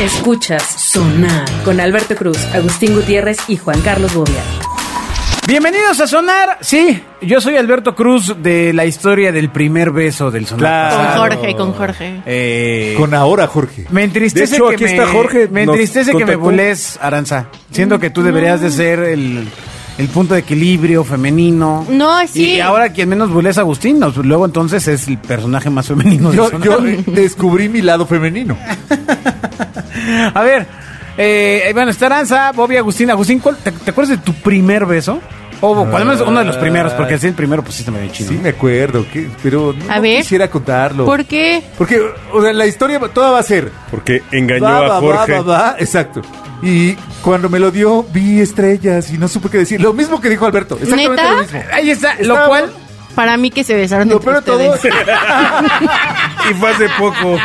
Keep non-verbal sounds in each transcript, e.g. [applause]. Escuchas Sonar con Alberto Cruz, Agustín Gutiérrez y Juan Carlos Bobia. Bienvenidos a Sonar. Sí, yo soy Alberto Cruz de la historia del primer beso del Sonar. Claro. pasado. Con Jorge, con Jorge. Eh, Con ahora, Jorge. Me entristece De hecho, que aquí me, está Jorge, Me nos entristece que me contactó. bulés, Aranza. Siendo que tú deberías de ser el, el punto de equilibrio femenino. No, sí. Y ahora quien menos bulés es Agustín. no, Luego entonces es el personaje más femenino. del Yo, Sonar. yo descubrí mi lado femenino. [laughs] A ver, eh, eh, bueno, está Aranza, Bobby, Agustín. Agustín, ¿cuál- te, te acuerdas de tu primer beso? O por lo menos uno de los primeros, porque si el primero pues sí está medio chido. Ah. Sí, me acuerdo, que- pero no, A no ver. quisiera contarlo. ¿Por qué? Porque, o sea, la historia toda va a ser. Porque engañó va, a va, Jorge. va, va, va, exacto. Y cuando me lo dio, vi estrellas y no supe qué decir. Lo mismo que dijo Alberto. Exactamente ¿Neta? lo mismo. Ahí está, lo Estábamos- cual... Para mí que se besaron Lo entre peor de todo ustedes. Y fue hace poco.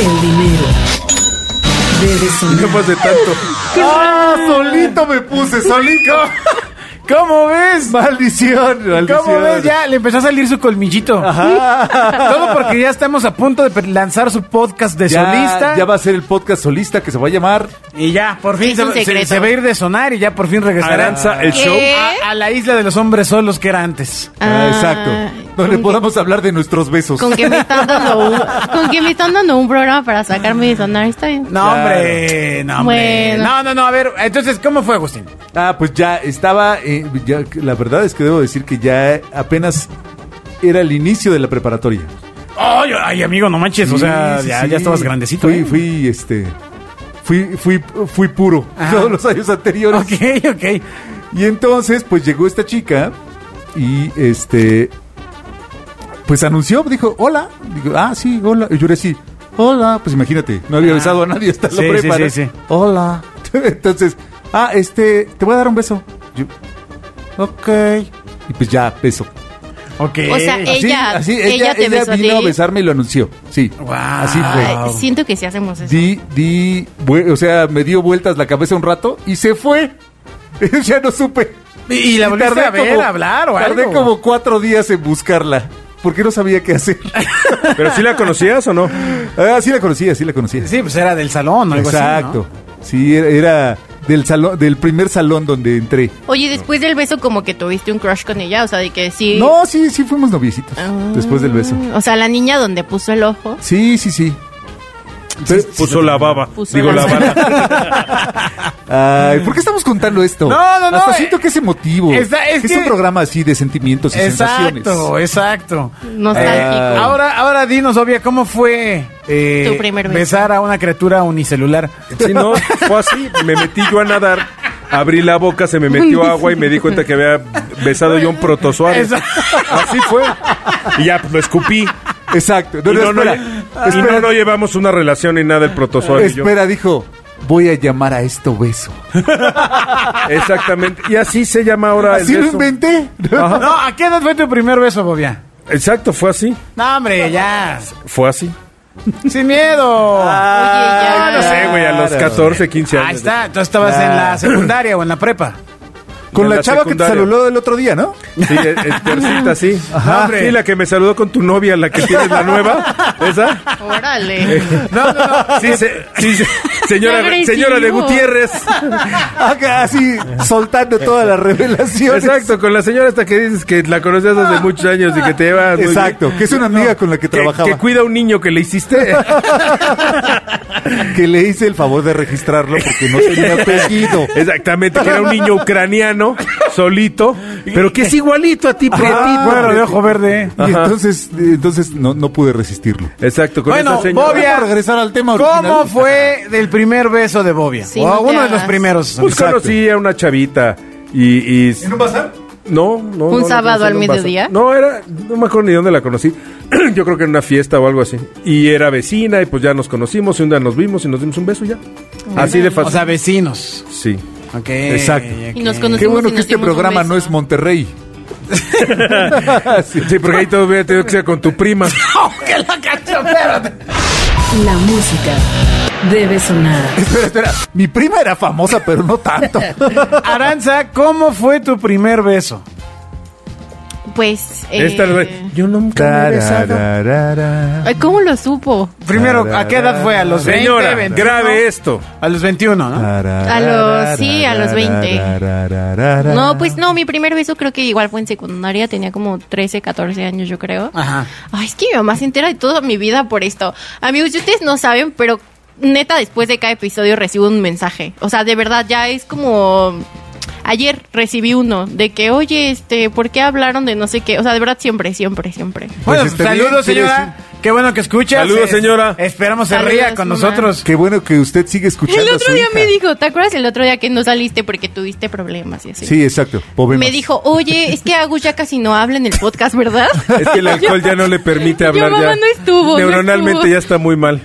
El dinero debe sonar. No de tanto. ¡Ah! Solito me puse, [laughs] solito. ¿Cómo ves? Maldición, maldición. ¿Cómo ves? Ya le empezó a salir su colmillito. Todo porque ya estamos a punto de per- lanzar su podcast de [laughs] Ya- solista. ya va a ser el podcast solista que se va a llamar Y ya, por fin Es se, un se- secreto. se va a ir de sonar y ya por fin regresará Aranza, el ¿Qué? show. a, a la isla de los hombres solos que era antes. Ah, Ah, exacto. Donde con podamos hablar de nuestros besos. que- Con que, me están dando [laughs] un, con que me están dando un programa para sacarme de sonar, está bien. No, hombre, no, hombre. Bueno. No, no, no, a ver, entonces, ¿cómo fue, Agustín? Ah, pues ya estaba. eh, ya- la verdad es que debo decir que ya apenas era el inicio de la preparatoria. Ay, ay, amigo, no manches, Pues, o sea, Sí, sí, ya, sí. ya estabas grandecito. Fui, ¿eh? fui, este. Fui, fui, fui puro Ajá. todos los años [laughs] anteriores. Ok, ok. Y entonces, pues llegó esta chica y este. Pues anunció, dijo, hola. Digo, ah, sí, hola. Y yo le decía, hola. Pues imagínate, no había Ah. besado a nadie hasta Sí, la prepa. sí, ¿no? sí, sí. Hola. [laughs] entonces, ah, este, te voy a dar un beso. Yo, ok. Y pues ya, beso. Ok. O sea, eh, Ella- ella te besó a vino ti. a besarme y lo anunció. Sí. Wow. Así fue. Ay, siento que si hacemos eso. Di, di, vue- o sea, me dio vueltas la cabeza un rato y se fue. [laughs] ya no supe. Y- y la volviste tardé a ver, a hablar o Tardé algo. como cuatro días en buscarla. Porque no sabía qué [laughs] hacer. ¿Pero sí la conocías o no? ah, sí la conocía, sí la conocía. sí, pues era del salón o algo Exacto. así. Sí, era, era del salón, del primer salón donde entré. Oye, después del beso como que tuviste un crush con ella, o sea, de que sí. No, sí, sí fuimos noviecitos. Ah, Después del beso. O sea, la niña donde puso el ojo. Sí, sí, sí. Pero- Puso la baba. Puso Digo, la la baba. bala. Ay, ¿por qué estamos contando esto? Mm. No, no, no, Hasta eh, siento que es emotivo. está- es es que- un programa así de sentimientos y sensaciones. [laughs] Exacto, exacto. Eh, Nostálgico. Ah. Ahora, ahora dinos, obvia, ¿cómo fue eh, Tu primer beso. besar a una criatura unicelular? Si no, fue así. Me metí yo a nadar. Abrí la boca, se me metió agua y me di cuenta que había besado yo un protozoario. Esa- Así fue. Y ya, pues, lo escupí. Exacto. No, y no, no, no espera. lle- y espera, no, no llevamos una relación ni nada el protozoario. y yo. espera, dijo. Voy a llamar a esto beso. Exactamente. Y así se llama ahora Así Ah, el lo beso. inventé. Ajá. [laughs] No, ¿a qué edad fue tu primer beso, Bobia? Exacto, fue así. No, hombre, ya. Fue así. Sin miedo. ya. Ah, no sé, güey, a los Claro. 14, 15 años. Ahí Ah, está, tú estabas en la secundaria o en la prepa. Con En la, la chava que secundaria. te saludó el otro día, ¿no? Sí, el, el tercita, sí. Ajá. Hombre. Sí, la que me saludó con tu novia, la que tienes la nueva. ¿Esa? [laughs] Eh, Órale. No, no, no. Sí, se- sí, se- señora, Agresivo. señora de Gutiérrez. Acá, Ah, así, soltando todas las revelaciones. Exacto, con la señora esta que dices que la conocías hace muchos años y que te llevas. muy bien. Exacto, que es una amiga con la que Que, trabajaba. que cuida a un niño que le hiciste. que le hice el favor de registrarlo porque no [laughs] tenía apellido. Exactamente, que era un niño ucraniano, solito, pero que es igualito a ti, prietito. Bueno, de ojo verde. ¿eh? Y entonces, entonces no, no pude resistirlo. Exacto, con Bueno, esa señora. Bobia, Vamos a regresar al tema original. ¿Cómo fue del primer beso de Bobia? Sí, o no te uno de hagas. los primeros. Pues Exacto. conocí a una chavita y... y- ¿En un bazar? No, no. ¿Un no la sábado conocí en al un bazar. mediodía? No, era, no me acuerdo ni dónde la conocí. [clears throat] Yo creo que en una fiesta o algo así. Y era vecina y pues ya nos conocimos y un día nos vimos y nos dimos un beso y ya. Así de fácil. O sea, vecinos. sí. Ok. Exacto. Y nos ok. [laughs] conocimos Qué bueno y que nos este dimos un programa no beso. es [laughs] Monterrey. sí. porque ahí todo hubiera tenido que ser con tu prima. La música debe sonar. [laughs] Espera, espera. Mi prima era famosa, pero no tanto. Aranza, ¿cómo fue tu primer beso? pues... eh, [laughs] Esta es la- Yo nunca me he besado. Tararara. ay, ¿Cómo lo supo? Primero, ¿a qué edad fue? ¿A los 20? Señora, 21? grave esto. A los 21, ¿no? Ah. A los- sí, a los 20. Tararara. No, pues no, mi primer beso creo que igual fue en secundaria, tenía como 13, 14 años yo creo. Ajá. Ay, es que mi mamá se entera de toda mi vida por esto. Amigos, y ustedes no saben, pero neta, después de cada episodio recibo un mensaje. O sea, de verdad, ya es como... Ayer recibí uno de que, oye, este, ¿por qué hablaron de no sé qué? O sea, de verdad, siempre, siempre, siempre. Bueno, está saludos, Pues bien, quiere señora. Qué bueno que escuchas. Saludos, Es- señora. Esperamos se Saludos, ría con mamá. nosotros. Qué bueno que usted sigue escuchando. El a otro su día hija. me dijo, ¿te acuerdas el otro día que no saliste porque tuviste problemas y así? Sí, exacto. Pobemas. Me dijo, oye, es que Agus ya casi no habla en el podcast, ¿verdad? Es [laughs] que el alcohol ya no le permite Yo, hablar. mamá, ya. no estuvo, no Neuronalmente estuvo. ya está muy mal.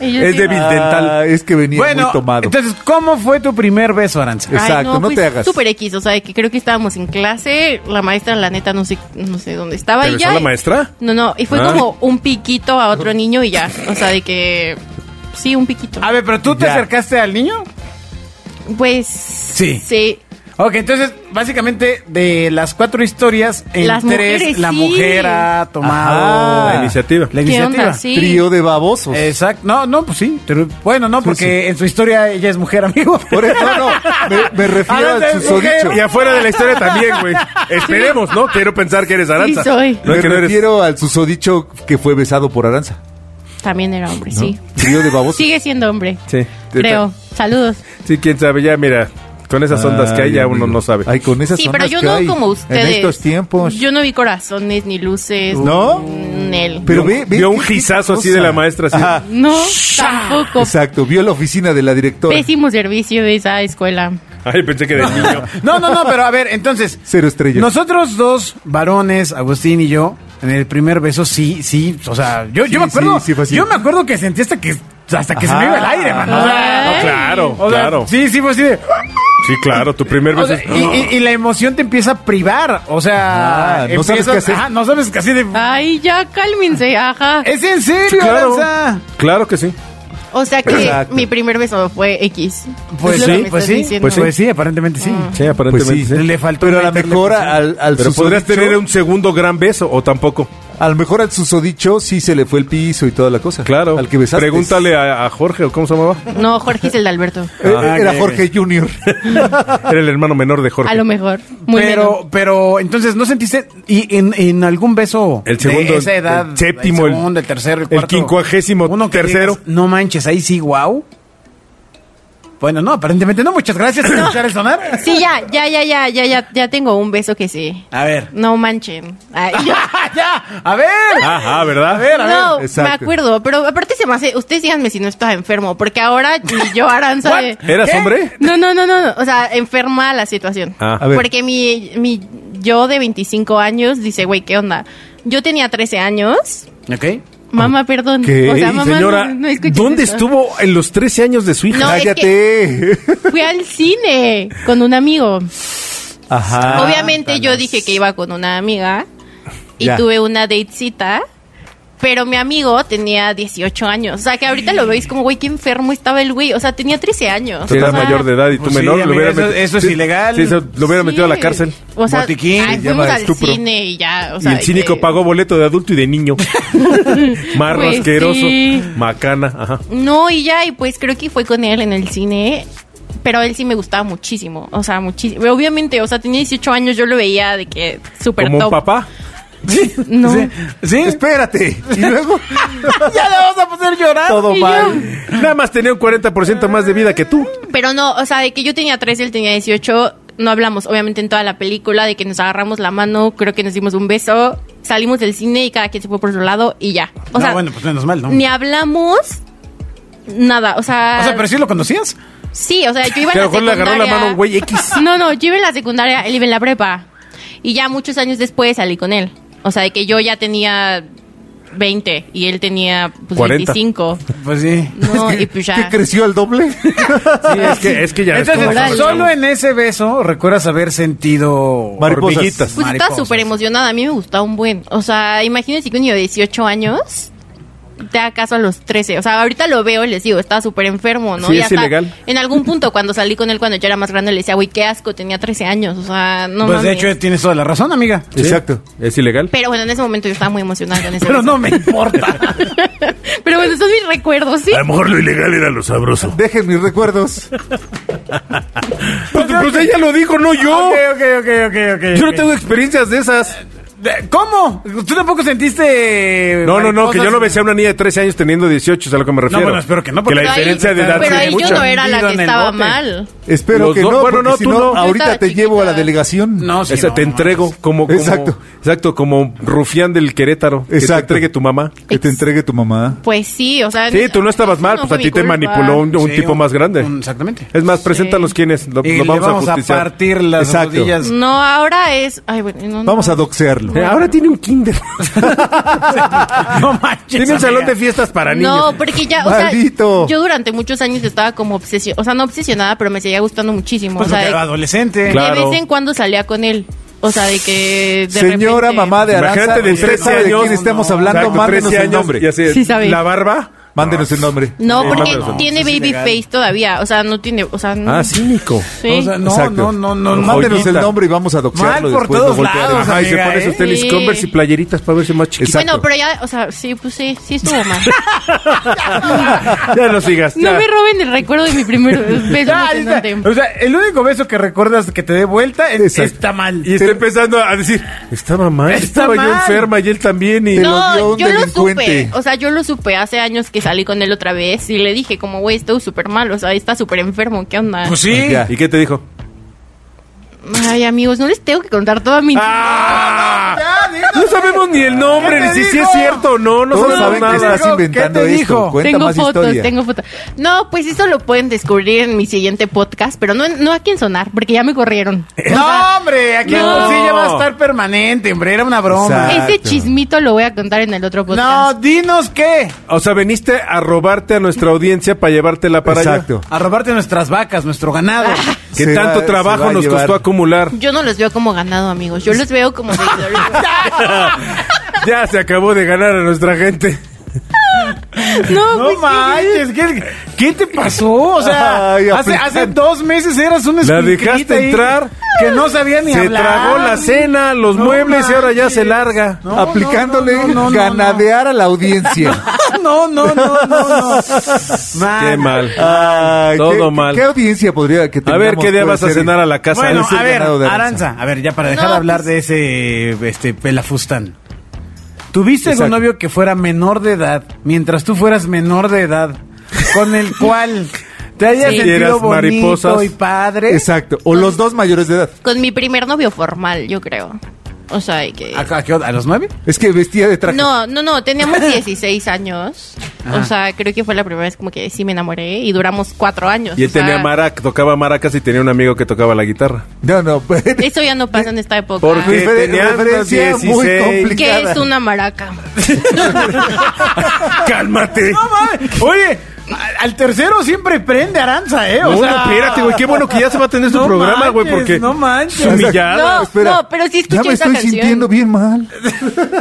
Y yo Es así, débil Ah, dental. es que venía Bueno, muy tomado. entonces, ¿cómo fue tu primer beso, Aranza? Ay, Exacto, no pues, te hagas. Super X, o sea, que creo que estábamos en clase, la maestra, la neta, no sé, no sé dónde estaba ¿Te y besó ya. la maestra? No, no, y fue Ah. como un piquito a otro niño y ya, o sea, de que sí, un piquito. A ver, pero tú te Ya. acercaste al niño. Pues Sí. sí, Ok, entonces, básicamente, de las cuatro historias, en Las tres, mujeres, la sí. mujer ha tomado Ajá. La iniciativa. La ¿Qué iniciativa. onda? Sí. Trío de babosos. Eh, Exacto. No, no, pues sí. pero- bueno, no, porque en su historia ella es mujer, [laughs] amigo. Por eso, no, no, me, [laughs] me refiero Adelante, al susodicho. Y afuera de la historia también, [laughs] güey. Esperemos, ¿no? Quiero pensar que eres Aranza. Sí, soy. No, me es que no eres. refiero al susodicho que fue besado por Aranza. también era hombre, sí. Trío de babosos. Sigue siendo hombre. Sí. Creo. Saludos. Sí, quién sabe. Ya, mira, con esas ondas que hay, Ay, ya uno amigo. no sabe. Ay, con esas Sí, pero ondas yo que no hay como ustedes. En estos tiempos. Yo no vi corazones ni luces. ¿No? ni él. Pero ve, ve Vio un qué- qué gizazo así de cosa. la maestra, así. Ajá, No, tampoco. Exacto, vio la oficina de la directora. Pésimo servicio de esa escuela. Ay, pensé [laughs] que del niño. No, no, no, pero a ver, entonces. Cero estrellas. Nosotros dos varones, Agustín y yo, en el primer beso, sí, sí. O sea, yo, yo Sí, me acuerdo. sí, sí, fue así. yo me acuerdo que sentí hasta que hasta que se me Ajá. iba el aire, mano. O sea, No, claro, o sea, claro. Sí. Sí, sí, fue así de- claro, tu primer o beso. sea, es- y, y- y la emoción te empieza a privar. O sea, Ah, no sabes qué hacer. ajá, no sabes qué hacer. de- Ay, ya cálmense, ajá. Es en serio, claro, Aranza. claro que sí. O sea que Exacto. mi primer beso fue X. Pues Es lo que sí, me pues estás sí, diciendo. Ah. pues sí. Pues sí, aparentemente sí. Sí, aparentemente Pues sí. sí. Le faltó. Pero a lo meterle mejor presión. al, al Pero podrías susodicho- tener un segundo gran beso o tampoco. A lo mejor al susodicho sí se le fue el piso y toda la cosa. Claro. Al que besaste. Pregúntale a, a Jorge o cómo [laughs] se llamaba. No, Jorge es el de Alberto. Eh, Ah, era ok, Jorge [laughs] Junior. Era el hermano menor de Jorge. A lo mejor. Muy pero, menos. pero, entonces, ¿no sentiste y en, en algún beso El segundo, de esa el- edad? el séptimo, el el- segundo, el tercero, el el cuarto. quincuagésimo que tercero. digas, no manches, ahí sí, wow. Bueno, no, aparentemente no. Muchas gracias por escuchar el sonar. Sí, ya, ya, ya, ya, ya, ya, ya tengo un beso que sí. A [laughs] ver. No manchen. [laughs] Ay, ya, a ver. Ajá, ¿verdad? A ver, a ver. No, me exacto. acuerdo, pero aparte se me hace, ustedes díganme si no estás enfermo, porque ahora ni yo Aranza What? de- ¿Eras ¿Qué? hombre? No, no, no, no, no, o sea, enferma la situación. Ah. A ver. Porque mi, mi yo de 25 años dice, güey, ¿qué onda? Yo tenía 13 años. Ok. Mamá, perdón. ¿Qué? O sea, mamá, no- Señora, no escuches ¿dónde esto. estuvo en los 13 años de su hija? No, es Cállate. Fui al cine con un amigo. Ah, Ajá. Obviamente yo dije que iba con una amiga y Ya. tuve una datecita, pero mi amigo tenía 18 años. O sea, que ahorita Mm. lo veis como, güey, qué enfermo estaba el güey. O sea, tenía 13 años. [laughs] Si O eras sea, mayor de edad y tú Pues sí, menor, lo amiga, hubiera eso- metido- eso es sí, ilegal. sí, eso lo hubiera sí. metido a la cárcel. O sea, Botiquín, ay, se fuimos llama al estupro. cine y ya. O y sea, el cínico que- pagó boleto de adulto y [laughs] de niño. Marro Pues asqueroso. sí. Macana. Ajá. No, y ya, y pues creo que fue con él en el cine. Pero él sí me gustaba muchísimo. O sea, muchísimo. Obviamente, o sea, tenía 18 años, yo lo veía de que súper Como un top. papá. Sí. No. Sí. sí. Espérate. Y luego [laughs] Ya le vamos a poner llorar. todo Y mal. [laughs] Nada más tenía un 40% más de vida que tú. Pero no, o sea, de que yo tenía 13, él tenía 18, no hablamos, obviamente, en toda la película, de que nos agarramos la mano, creo que nos dimos un beso, salimos del cine y cada quien se fue por su lado y ya. O no, sea, bueno, pues menos mal, ¿no? ni hablamos, nada, o sea... O sea, pero sí lo conocías. Sí, o sea, yo iba Que a en la lo mejor le agarró secundaria. la mano a un güey X. No, no, yo iba en la secundaria, él iba en la prepa. Y ya muchos años después salí con él. O sea, de que yo ya tenía 20 y él tenía pues, 40. [laughs] 25. Pues sí. No, y pues ¿Qué ya. creció al doble? Sí, es que, es que ya ves cómo son Entonces, los solo chavos. en ese beso recuerdas haber sentido Mariposas. hormiguitas. Pues estaba Mariposas. súper emocionada, a mí me gustaba un buen. O sea, imagínense que un niño de 18 años te haga caso a los 13. O sea, ahorita lo veo y les digo, estaba súper enfermo, ¿no? Sí, Y es hasta ilegal. En algún punto, cuando salí con él cuando yo era más grande, le decía, güey, qué asco, tenía 13 años. O sea, no pues de mames. hecho tienes toda la razón, amiga. Sí, Exacto. Es ilegal. Pero bueno, en ese momento yo estaba muy emocionada con ese Pero beso. no me [laughs] importa. Pero bueno, esos son mis recuerdos, ¿sí? lo mejor lo ilegal era lo sabroso. Dejen mis recuerdos. Pues, pues ella lo dijo, no yo. Ok, ok, ok, ok, ok. Yo no tengo experiencias de esas. De- ¿Cómo? ¿Tú tampoco sentiste.? No, no, no, que yo no besé besé a una niña de 13 años teniendo 18, es a lo que me refiero. bueno, espero que no, Que porque la Pero ahí- diferencia de edad Pero sí es ahí yo mucha. no era la Hundido en que el estaba bote. mal. Espero Los que dos- no, bueno, porque no, si tú no, no. ahorita Estaba te chiquita. llevo a la delegación. No, sí, Esa no, te no entrego mames. como, como Exacto. exacto, como rufián del Querétaro, que te Exacto. entregue tu mamá. Que te entregue tu mamá. Pues sí, o sea... Sí, tú no estabas mal, no pues fue a ti mi te culpa. manipuló un, un Sí, tipo más grande. un- exactamente. Es más, preséntanos quién es, lo, Y lo le vamos, vamos, a a, justiciar. partir las Exacto. rodillas. [laughs] No, ahora es... Ay, bueno, no, no. Vamos a doxearlo. Eh, ahora tiene un kinder. No manches. tiene un salón amiga. de fiestas para niños. No, porque ya, o sea, Maldito. yo durante muchos años estaba como obsesionada, o sea, no obsesionada, pero me seguía gustando muchísimo. Pues o sea, porque de- era adolescente. de, Claro. vez en cuando salía con él. O sea, de que. De Señora repente- mamá de Aranza, Imagínate de usted 13 sabe de años. quién estamos No, hablando, exacto, mándenos 13 el años, nombre. y así, Sí sabe. La barba. Mándenos el nombre. No, Sí, porque no, no, tiene eso es baby ilegal. face todavía. O sea, no tiene. O sea, no. Ah, cínico. Sí. O sea, no, Exacto. no, no, no, no. Joyita. Mándenos el nombre y vamos a doxearlo Mal por después. Pues todos lo golpearemos. lados, Ay, se amiga, pone sus ¿eh? tenis Sí. Converse y playeritas para verse más chiquito. Bueno, pero ya, o sea, sí, pues sí, [laughs] sí estuvo mal. [laughs] ya no sigas. no ya. me roben el recuerdo de [laughs] mi primer beso Ah, ahí emocionante. está. O sea, el único beso que recuerdas que te dé vuelta es- Exacto. está mal. Y está empezando a decir, estaba mal, Estaba estaba yo mal. enferma y él también. Y Te lo dio No, un yo lo delincuente. supe. O sea, yo lo supe hace años que salí con él otra vez y le dije, como, güey, estoy súper mal. O sea, está súper enfermo. ¿Qué onda? Pues sí. Ya. ¿Y qué te dijo? Ay, amigos, no les tengo que contar toda mi. Ah, Ah, Ya, dinos. No sabemos ni el nombre, ¿Qué ni te si sí dijo? es cierto o no, no Todos sabemos saben que nada. estás ¿Qué te inventando dijo? esto. Cuenta tengo más fotos, historia. tengo fotos. No, pues eso lo pueden descubrir en mi siguiente podcast, pero no, no aquí en Sonar, porque ya me corrieron. [laughs] [laughs] No, hombre, aquí en No. bolsilla va a estar permanente, hombre, era una broma. Exacto. Ese chismito lo voy a contar en el otro No, podcast. dinos qué. O sea, veniste a robarte a nuestra audiencia para llevártela para allá. Exacto. A robarte nuestras vacas, nuestro ganado. Ah. Que Se tanto va- se va trabajo a nos llevar. costó acumular. Yo no los veo como ganado, amigos. Yo los veo [laughs] como seguidores. Ya se acabó de ganar a nuestra gente. no, No pues, manches, ¿qué, qué te pasó? O sea, Ay, hace, aplicando. hace dos meses eras un La dejaste escuinclita ahí entrar. que no sabía ni se hablar. tragó la cena, los No muebles y ahora ya manches. se larga. No, Aplicándole no, no, no, no, ganadear a la audiencia. [laughs] No, no, no, no, no. Man. Qué mal. Ah, Ay, Todo qué- qué- mal. ¿Qué audiencia podría que a tengamos? ver, ¿qué día puede vas a ser? cenar a la casa? Bueno, Ese a ver, ganado de Aranza. Aranza. a ver, ya para dejar No, de hablar pues- de ese este pelafustán. ¿Tuviste algún Exacto. novio que fuera menor de edad, mientras tú fueras menor de edad, con [laughs] el cual te hayas Sí. Quieras sentido bonito mariposas. y padre? Exacto. O los dos mayores de edad. Con mi primer novio formal, yo creo. O sea, de que. ¿A, a qué hora? ¿A los nueve? Es que vestía de Ah, traje. No, no, no, [laughs] teníamos 16 años. O sea, creo que fue la primera vez como que sí me enamoré y duramos cuatro años. Y o él sea, tenía marac, tocaba maracas y tenía un amigo que tocaba la guitarra. No, no. [laughs] Eso ya no pasa en esta época. ¿Por qué? Refer- tenía unos referencia muy 16. complicada. ¿Qué es una maraca? ¡Cálmate! No mames. Oye, a- al tercero siempre prende Aranza, ¿eh? O No, sea, espérate, güey. Qué bueno que ya se va a tener su no programa, güey, manches, porque. No manches. Exacto. No, Humillada. no, pero sí escuché Ya me esa estoy canción. sintiendo bien mal.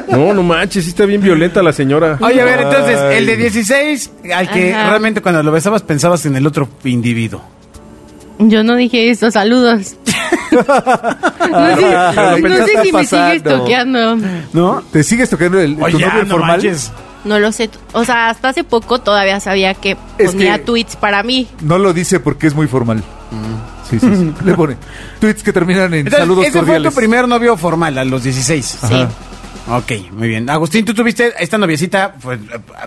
No, no manches, sí está bien violenta la señora. Oye, a ver, entonces, Ay. el de 16, al que Ajá. realmente cuando lo besabas pensabas en el otro individuo. Yo no dije eso, [laughs] saludos. no sé, Ah, no ¿qué sé está si me sigues pasando? toqueando. ¿No? ¿Te sigues tocando el, tu Oye, ya, ah, no novio informal? manches. No lo sé. O sea, hasta hace poco todavía sabía que Es ponía que- tweets para mí. No lo dice porque es muy formal. Mm. Sí, sí, [laughs] sí. Le pone tweets que terminan en Entonces, saludos ese fue cordiales. tu primer novio formal, a los 16. Sí. Ok, muy bien. Agustín, tú tuviste esta noviecita, pues,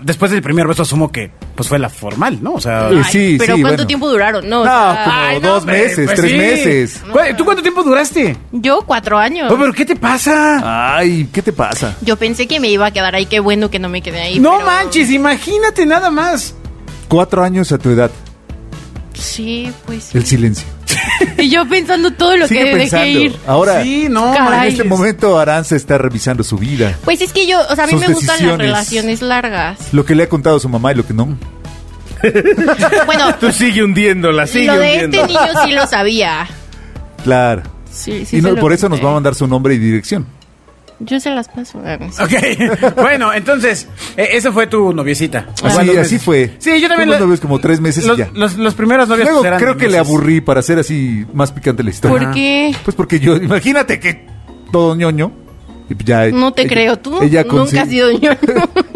después del primer beso asumo que pues fue la formal, ¿no? O sea... Eh, Sí, Ay, sí, pero sí, ¿cuánto bueno. tiempo duraron? No, o No, sea, como Ay, dos hombre, meses, tres meses. ¿Cuál- pues ¿Tú cuánto tiempo duraste? yo cuatro años. Oh, ¿Pero qué te pasa? Ay, ¿qué te pasa? Yo pensé que me iba a quedar ahí. Qué bueno que no me quedé ahí. no pero- manches, imagínate nada más. Cuatro años a tu edad. Sí, pues. El silencio. [laughs] Y yo pensando todo lo que Sigue dejé pensando. ir. Ahora, sí, no, Caray. en este momento Aranza está revisando su vida. Pues es que yo, o sea, a mí Sus me gustan las decisiones. [laughs] relaciones largas. Lo que le ha contado su mamá y lo que no. Bueno, Tú sigue hundiéndola, sigue lo de hundiendo. [laughs] este niño sí lo sabía. Claro. Sí, y no- por eso nos va a mandar su nombre y dirección. Yo se las paso. Ah, no sé. Ok, [laughs] bueno, entonces, eh, esa fue tu noviecita. Así- ¿Cuántos así meses? fue. Sí, yo también. Fuimos la- novios como tres meses y los, ya. Los, los primeros novios Luego pues, eran creo que le meses. aburrí para hacer así más picante la historia. ¿Por qué? Pues porque yo, imagínate que todo ñoño. y pues ya- No te ella- creo, tú ella nunca has consi- sido ñoño.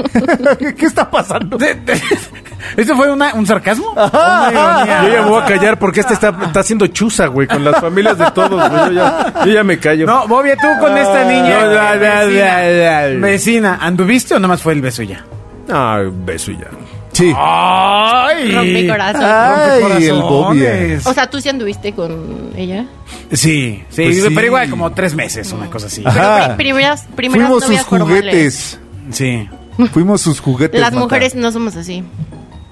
[laughs] ¿Qué está pasando? De- de- [laughs] ¿Eso fue una- un sarcasmo? Oh, Ajá, Una ironía. Yo ya me voy a callar porque este está, está haciendo chuza, güey, con las familias de todos, güey. Yo ya, yo ya me callo. No, Bobia, tú con esta Ah. niña. No, ya, ya, vecina, ya, ya. Vecina, ¿anduviste o nomás fue el beso y ya? Ah, beso y ya. Sí. ¡Ay! Rompe corazón. Ah. Ay, el Bobia. Rompecorazones. O sea, tú sí anduviste con ella. Sí, sí, Pues sí. pero igual como tres meses, una cosa así. Ajá. Ah. Pri- primeras primeras Fuimos sus novias formales. juguetes. Sí. Fuimos sus juguetes. Las Mata. mujeres no somos así.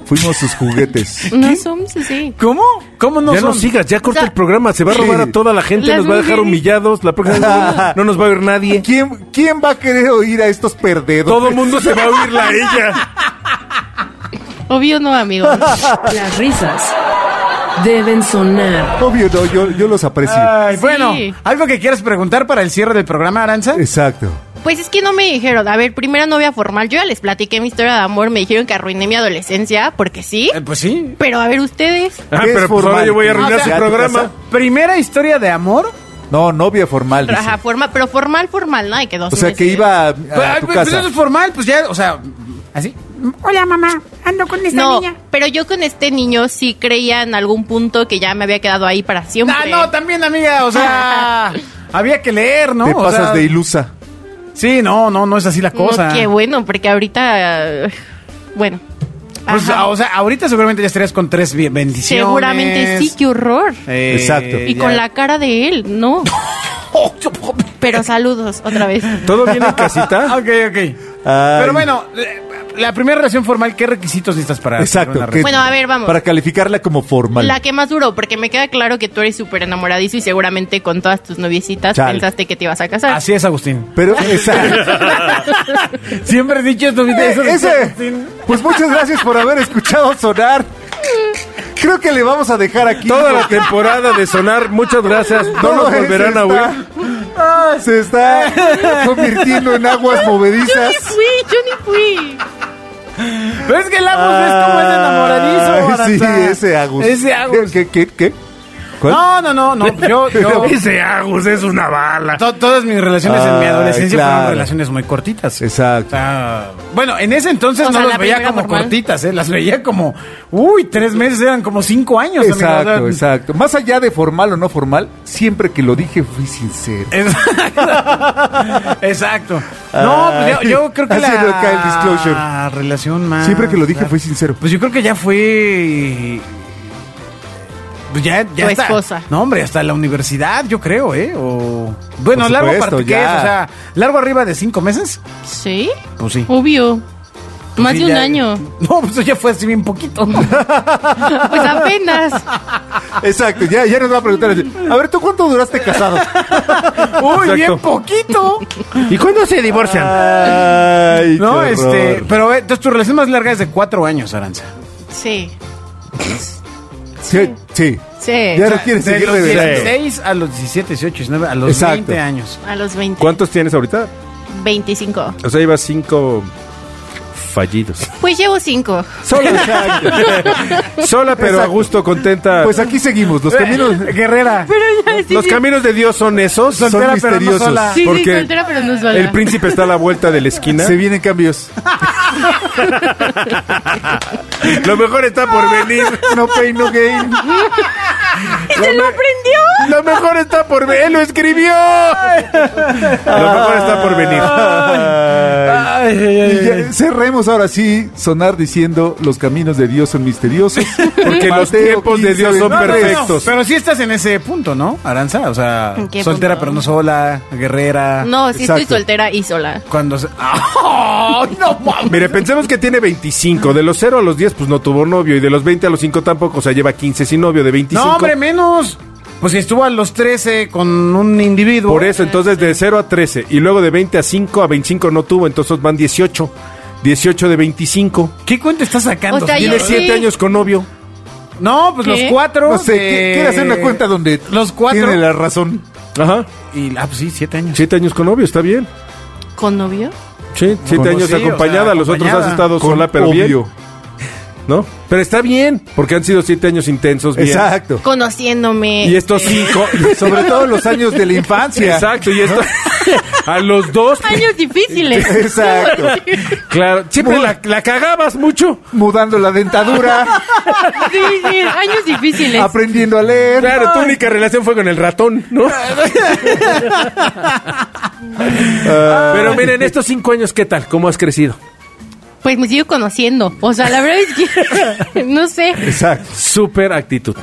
Fuimos sus juguetes. No somos así. ¿Cómo? ¿Cómo no ya no son? sigas, ya O corta sea, el programa. Se va a robar sí. a toda la gente, Las nos va a dejar mujeres- humillados. La próxima no nos va a oír nadie. ¿Quién, ¿Quién va a querer oír a estos perdedores? [laughs] Todo mundo se va a [laughs] oírla a ella. Obvio [laughs] no, amigos. Las risas deben sonar. Obvio, no, yo, yo los aprecio. Ay, Sí. bueno, ¿algo que quieras preguntar para el cierre del programa, Aranza? Exacto. Pues es que no me dijeron, a ver, primera novia formal. Yo ya les platiqué mi historia de amor, me dijeron que arruiné mi adolescencia, porque sí. Eh, pues sí. Pero a ver, ustedes. Ah, ¿Qué es pero pues ahora formal? yo voy a arruinar O sea, su ¿ya te programa. casaste? Primera historia de amor. No, novia formal. dice. Ajá, forma, pero formal, formal, ¿no? Y que dos O sea, meses. que iba a, a Ay, tu pues, pues, casa. eso es formal, pues ya, o sea, así. Hola mamá, ando con esta No, niña. pero yo con este niño sí creía en algún punto que ya me había quedado ahí para siempre. Ah, no, también, amiga, o [laughs] sea, había que leer, ¿no? Te O pasas sea, de ilusa. Sí, no, no, no es así la No, cosa. qué bueno, porque ahorita. [sighs] eh, Bueno. Pues, Ajá. o sea, ahorita seguramente ya estarías con tres bi- bendiciones. Seguramente sí, qué horror. Eh, Exacto. Y ya. con la cara de él, no. Pero saludos otra [laughs] vez. ¿Todo [laughs] bien en casita? Ok, ok. Pero bueno, eh, la primera relación formal, ¿qué requisitos necesitas para Exacto. para una que- Bueno, a ver, vamos. Para calificarla como formal. La que más duró, porque me queda claro que tú eres súper enamoradizo y seguramente con todas tus noviecitas Chale. pensaste que te ibas a casar. Así es, Agustín. [laughs] Pero, exacto. Siempre he dicho esto, ¿viste? Eso Eh, de- ese. Pues muchas gracias por haber escuchado sonar. Creo que le vamos a dejar aquí. Toda la [laughs] temporada de sonar. Muchas gracias. No nos se volverán está- a oír. Ah, [laughs] Se está convirtiendo en aguas Yo ni movedizas. fui, yo ni fui. Pero es que el Agus pues, es como ese enamoradizo. Ay, Ah, Sí, Aranza. ese Agus. Ese Agus. ¿Qué, qué, qué? ¿Cuál? No, no, no, no. [laughs] Yo, yo- Ese Agus es una bala. to- todas mis relaciones en mi Ay, adolescencia claro. fueron relaciones muy cortitas. O Exacto. sea, bueno, en ese entonces O no sea, las la veía primera como formal. cortitas, ¿eh? Las veía como, uy, tres meses eran como cinco años. amigo. Exacto, O sea, exacto. pues, Más allá de formal o no formal, siempre que lo dije fui sincero. Exacto. [laughs] Exacto. No, pues yo, [laughs] yo creo que Ah, Así la no cae el disclosure. relación más. Siempre que lo dije fui sincero. Pues yo creo que ya fue. Pues ya, ya Tu está. esposa. No, hombre, hasta la universidad, yo creo, ¿eh? O. Bueno, Por largo supuesto, aparte que ya. es, o sea, largo arriba de cinco meses. ¿Sí? Pues sí. Obvio. Pues Uh, Más sí, de un ya- año. [laughs] No, pues eso ya fue así bien poquito. [laughs] [laughs] Pues apenas. Exacto, ya, ya nos va a preguntar. así, A ver, ¿tú cuánto duraste casado? Uy, bien poquito. ¿Y cuándo se divorcian? Ay, No, qué este. horror. Pero eh, entonces tu relación más larga es de cuatro años, Aranza. Sí. Sí, sí. Sí. Ya no quieres De seguir los revelando. 16 a los 17, 18, 19, a los Exacto. 20 años. A los 20. ¿Cuántos tienes ahorita? 25. O sea, llevas cinco fallidos. Pues llevo 5. Sola, [laughs] sola pero a Exacto. gusto, contenta. Pues aquí seguimos, los caminos. [laughs] Guerrera. Los caminos de Dios son esos. Son Soltera, pero no misteriosos. sola. Sí, sí, Porque soltera, pero no sola. el príncipe está a la vuelta de la esquina. Se vienen cambios. Lo mejor está por venir. No pain, no gain. ¡Se lo aprendió! Lo mejor está por venir. Eh, Él lo escribió. Lo mejor está por venir. Ay, ay, ay, Y ya cerremos ahora sí sonar diciendo los caminos de Dios son misteriosos. Porque los Mateo tiempos de 15, Dios son No, no, no, perfectos. pero sí estás en ese punto, ¿no, Aranza? O sea, ¿En qué soltera punto? pero no sola, guerrera. No, sí Exacto. estoy soltera y sola. Cuando se... [laughs] ¡Ah! no mames! Mire, pensemos que tiene 25. De los 0 a los 10, pues no tuvo novio. Y de los 20 a los 5 tampoco. O sea, lleva 15 sin novio. De 25. No, hombre, menos. Pues si estuvo a los 13 con un individuo. Por eso, entonces de 0 a 13 y luego de 20 a 5 a 25 no tuvo, entonces van 18. 18 de 25. ¿Qué cuenta estás sacando? O sea, Tiene yo- 7 sí. años con novio. No, pues ¿Qué? los cuatro. No sé, de- ¿quie- quiere hacer una cuenta donde Los cuatro. tiene la razón. Ajá. Y, ah, pues sí, siete años. 7 años con novio, está bien. ¿Con novio? Sí, siete Conocí, años o sea, acompañada, los otros acompañada. has estado Con sola, pero obvio. bien. ¿No? Pero está bien, porque han sido siete años intensos, bien. Exacto. Conociéndome. Y estos cinco. Sobre todo los años de la infancia. [laughs] Exacto, y esto. A los dos. Años difíciles. [laughs] Exacto. Claro, siempre Muy- la, la cagabas mucho. Mudando la dentadura, Sí, sí, años difíciles. aprendiendo a leer. Claro, tu única relación fue con el ratón, [laughs] ¿no? Ah. Pero miren, estos cinco años, ¿qué tal? ¿Cómo has crecido? Pues me sigo conociendo. O sea, la verdad es que [laughs] no sé. Exacto. Súper actitud.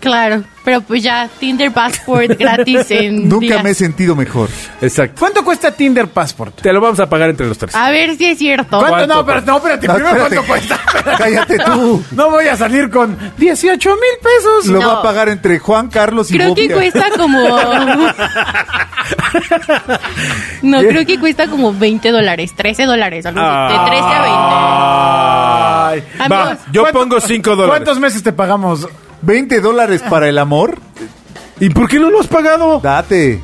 Claro, pero pues ya Tinder Passport [laughs] gratis en Nunca días. me he sentido mejor. Exacto. ¿Cuánto cuesta Tinder Passport? Te lo vamos a pagar entre los Ah, tres. A ver si es cierto. ¿Cuánto? ¿Cuánto? No, pero, no, espérate, No, primero espérate. cuánto cuesta. [laughs] [laughs] Cállate tú. No voy a salir con 18 mil pesos. Lo No. va a pagar entre Juan Carlos y Creo que Bobia. cuesta [laughs] como. No, creo que cuesta como 20 dólares, 13 dólares, algo así, de 13 a Ah. Ay. Va, Amigos, yo ¿cuánto- pongo cinco dólares. ¿Cuántos meses te pagamos? 20 dólares para el amor. ¿Y por qué no lo has pagado? Date.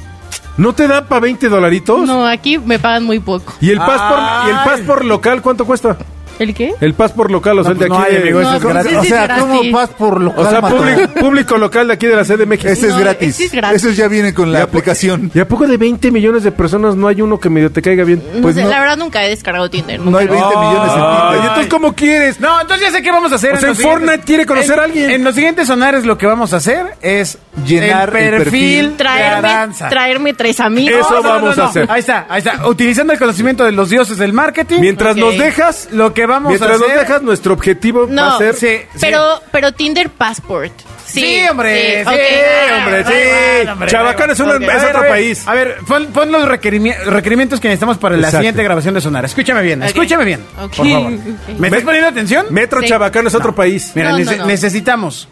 ¿No te da para 20 dolaritos? 20. No, aquí me pagan muy poco. ¿Y el passport, y el Ay. passport local cuánto cuesta? ¿El qué? El passport local, o sea, No, el de pues no aquí. hay, de- amigo, No, ese es pues gratis. sí, o sea, gratis. ¿cómo vas por lo o sea, Cálmate. público, público local de aquí de la sede de México. Ese es No, gratis. ese es gratis. Esos ya vienen con la aplicación. ¿Y a poco de 20 millones de personas no hay uno que medio te caiga bien? No Pues sé, no. la verdad nunca he descargado Tinder. No hay nunca. 20 millones en Ay, Tinder. entonces, ¿cómo quieres? No, entonces ya sé qué vamos a hacer. O sea, los en siguientes- Fortnite quiere conocer en- a alguien. En los siguientes sonares lo que vamos a hacer es Llenar el perfil. de Traerme, Aranza. traerme tres amigos. Eso vamos a hacer. Ahí está, ahí está. Utilizando el conocimiento de los dioses del marketing. Mientras Ok. nos dejas, lo que vamos mientras a nos hacer. dejas, nuestro objetivo No, va a ser... sí, sí. Pero, pero Tinder Passport. Sí, Sí, hombre, sí, ok. Ah, hombre, sí. Bueno, hombre, Chabacán es, una- Ok. es A ver, otro a ver, país. A ver, pon, pon los requerimi- requerimientos que necesitamos para la Exacto. siguiente grabación de Sonar. Escúchame bien, Ok. escúchame bien. Ok. Por favor. Ok. ¿Me estás poniendo atención? Metro Sí. Chabacán es otro país. Mira, No, no, nece- no. necesitamos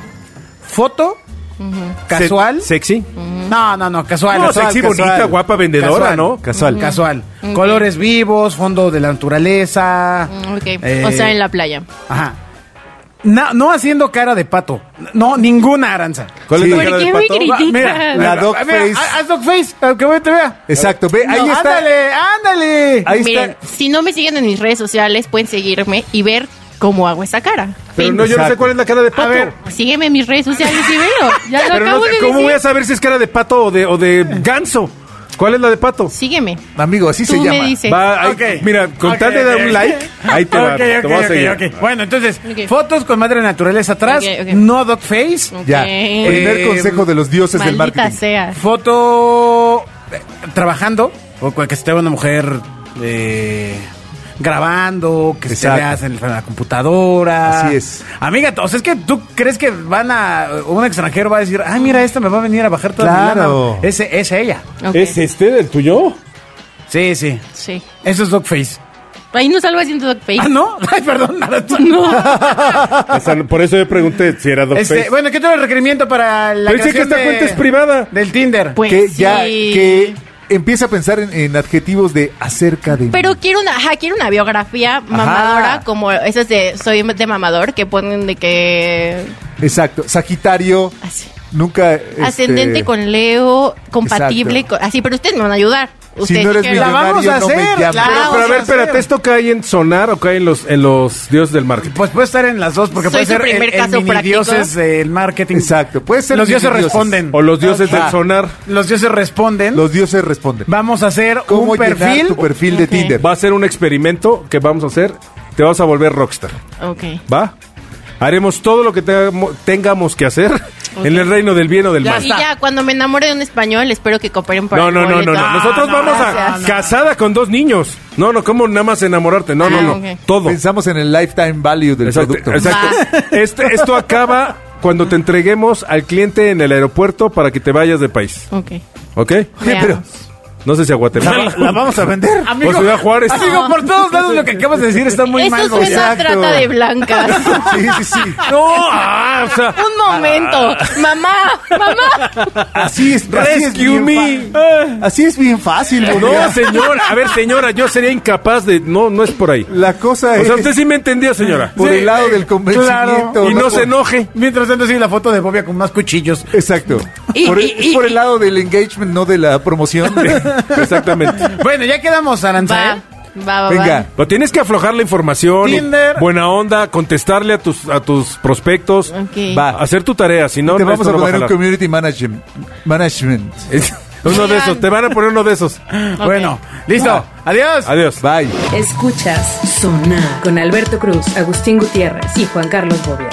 foto casual. Se- sexy. Mm. No, no, no, casual. No, casual, sexy, casual. bonita, guapa, vendedora, Casual, ¿no? Mm. Casual. Casual. Colores vivos, fondo de la naturaleza. Mm, ok. eh, O sea, en la playa. Ajá. No, no haciendo cara de pato. No, ninguna aranza. ¿Cuál Sí. es la ¿Por cara qué del me pato? criticas? Mira, La dog face. Mira, haz dog face, al que voy te vea. Eh, Exacto, ve, ahí No, está. Ándale, ándale. Ahí Miren, está. si no me siguen en mis redes sociales, pueden seguirme y ver cómo hago esa cara. Pero Fin. no, yo no sé Exacto. cuál es la cara de pato. ver, Pues sígueme en mis redes sociales y velo. Ya lo Pero no acabo sé, de ¿cómo voy a decir. saber si es cara de pato o de, o de ganso? ¿Cuál es la de pato? Sígueme. Amigo, así se Tú me llama. dices. Va, ah, ahí- Ok. Mira, con Ok, tal de dar ok. un like, ahí te va. Ok, te ok, voy a ok, seguir. ok. Bueno, entonces, Ok. fotos con madre naturaleza atrás, Ok, ok. no dog face, Ok. Ya. Primer Eh, consejo de los dioses del Maldita marketing. sea. foto eh, trabajando, o que esté una mujer eh, grabando, que se Exacto. veas en la computadora. Así es. Amiga, o sea, es que tú crees que van a, un extranjero va a decir, ay, mira, esta me va a venir a bajar toda mi Claro. lana". Ese, es ella. Ok. este el tuyo? Sí, sí. Sí. Eso es dogface. Ahí no salgo haciendo duckface. Ah, ¿no? [laughs] Ay, perdón, nada. [laughs] O sea, por eso yo pregunté si era Este, doctor. bueno, ¿qué tal el requerimiento para la Pero dice creación que esta de- cuenta es privada. Del Tinder. Pues Que sí. ya, que empieza a pensar en, en adjetivos de acerca de. mí. Pero quiero una, ajá, quiero una biografía mamadora, Ajá. como esas de Soy de mamador, que ponen de que... Exacto. Sagitario, Así. nunca. este, Ascendente con Leo, compatible Exacto. con... Así, pero ustedes me van a ayudar. Ustedes Si no eres dijeron- La vamos millonario, a no me hacer, llames. claro. Ah, Pero a ver, vamos a hacer. espérate, ¿esto cae en sonar o cae en los, en los dioses del marketing? Pues puede estar en las dos, porque Soy puede su ser el, primer el caso mini práctico. dioses del marketing. Exacto, puede ser Los mini dioses dioses. responden. O los dioses Ok. del sonar. Los dioses responden. Los dioses responden. Vamos a hacer ¿Cómo un llenar perfil. tu perfil de Ok. Tinder? Va a ser un experimento que vamos a hacer. Te vas a volver rockstar. Ok. ¿Va? Haremos todo lo que tengamo- tengamos que hacer en el reino del bien o del mal. y ya, cuando me enamore de un español, espero que cooperen para No, el no, no, boleto. no, no. Ah, Nosotros no, vamos a gracias. casada con dos niños. No, no, ¿cómo nada más enamorarte? No, no, Ah, no. ok. Todo. Pensamos en el lifetime value del Exacto, producto. exacto. Este- esto acaba cuando te entreguemos al cliente en el aeropuerto para que te vayas de país. Ok. ¿Ok? Veamos. pero- No sé si a Ah, Guatemala. vamos a vender. O Ciudad Juárez. Amigo, por todos lados lo que acabas de decir está muy Ah. Eso mal. suena güey. a trata de blancas. [laughs] [laughs] Sí, sí, sí. No, ah, o sea, Un momento. mamá, mamá. Así es, así es rescue bien me. Ah. fa- Así es bien fácil, [laughs] No, Bonilla. señora. A ver, señora, yo sería incapaz de. No, no es por ahí. La cosa O es sea, usted sí me entendió, señora. por [laughs] Sí. eh, el lado del convencimiento. Y no por- se enoje. Mientras tanto, sigue la foto de Bobia con más cuchillos. Exacto. Y- por, y- [laughs] es por el lado del engagement, no de la promoción. Exactamente. Bueno, ya quedamos, Aranza, Va, ¿eh? va, va. Venga. va. Lo tienes que aflojar la información. y Tinder. Buena onda, contestarle a tus, a tus prospectos. Ok. Va. Hacer tu tarea, si no, Te no, vamos esto a no va poner un jalar. community management. Management. Es- [laughs] Uno de esos, te van a poner uno de esos. Bueno, listo. Adiós. Adiós. Bye. Escuchas Sonar con Alberto Cruz, Agustín Gutiérrez y Juan Carlos Bobia.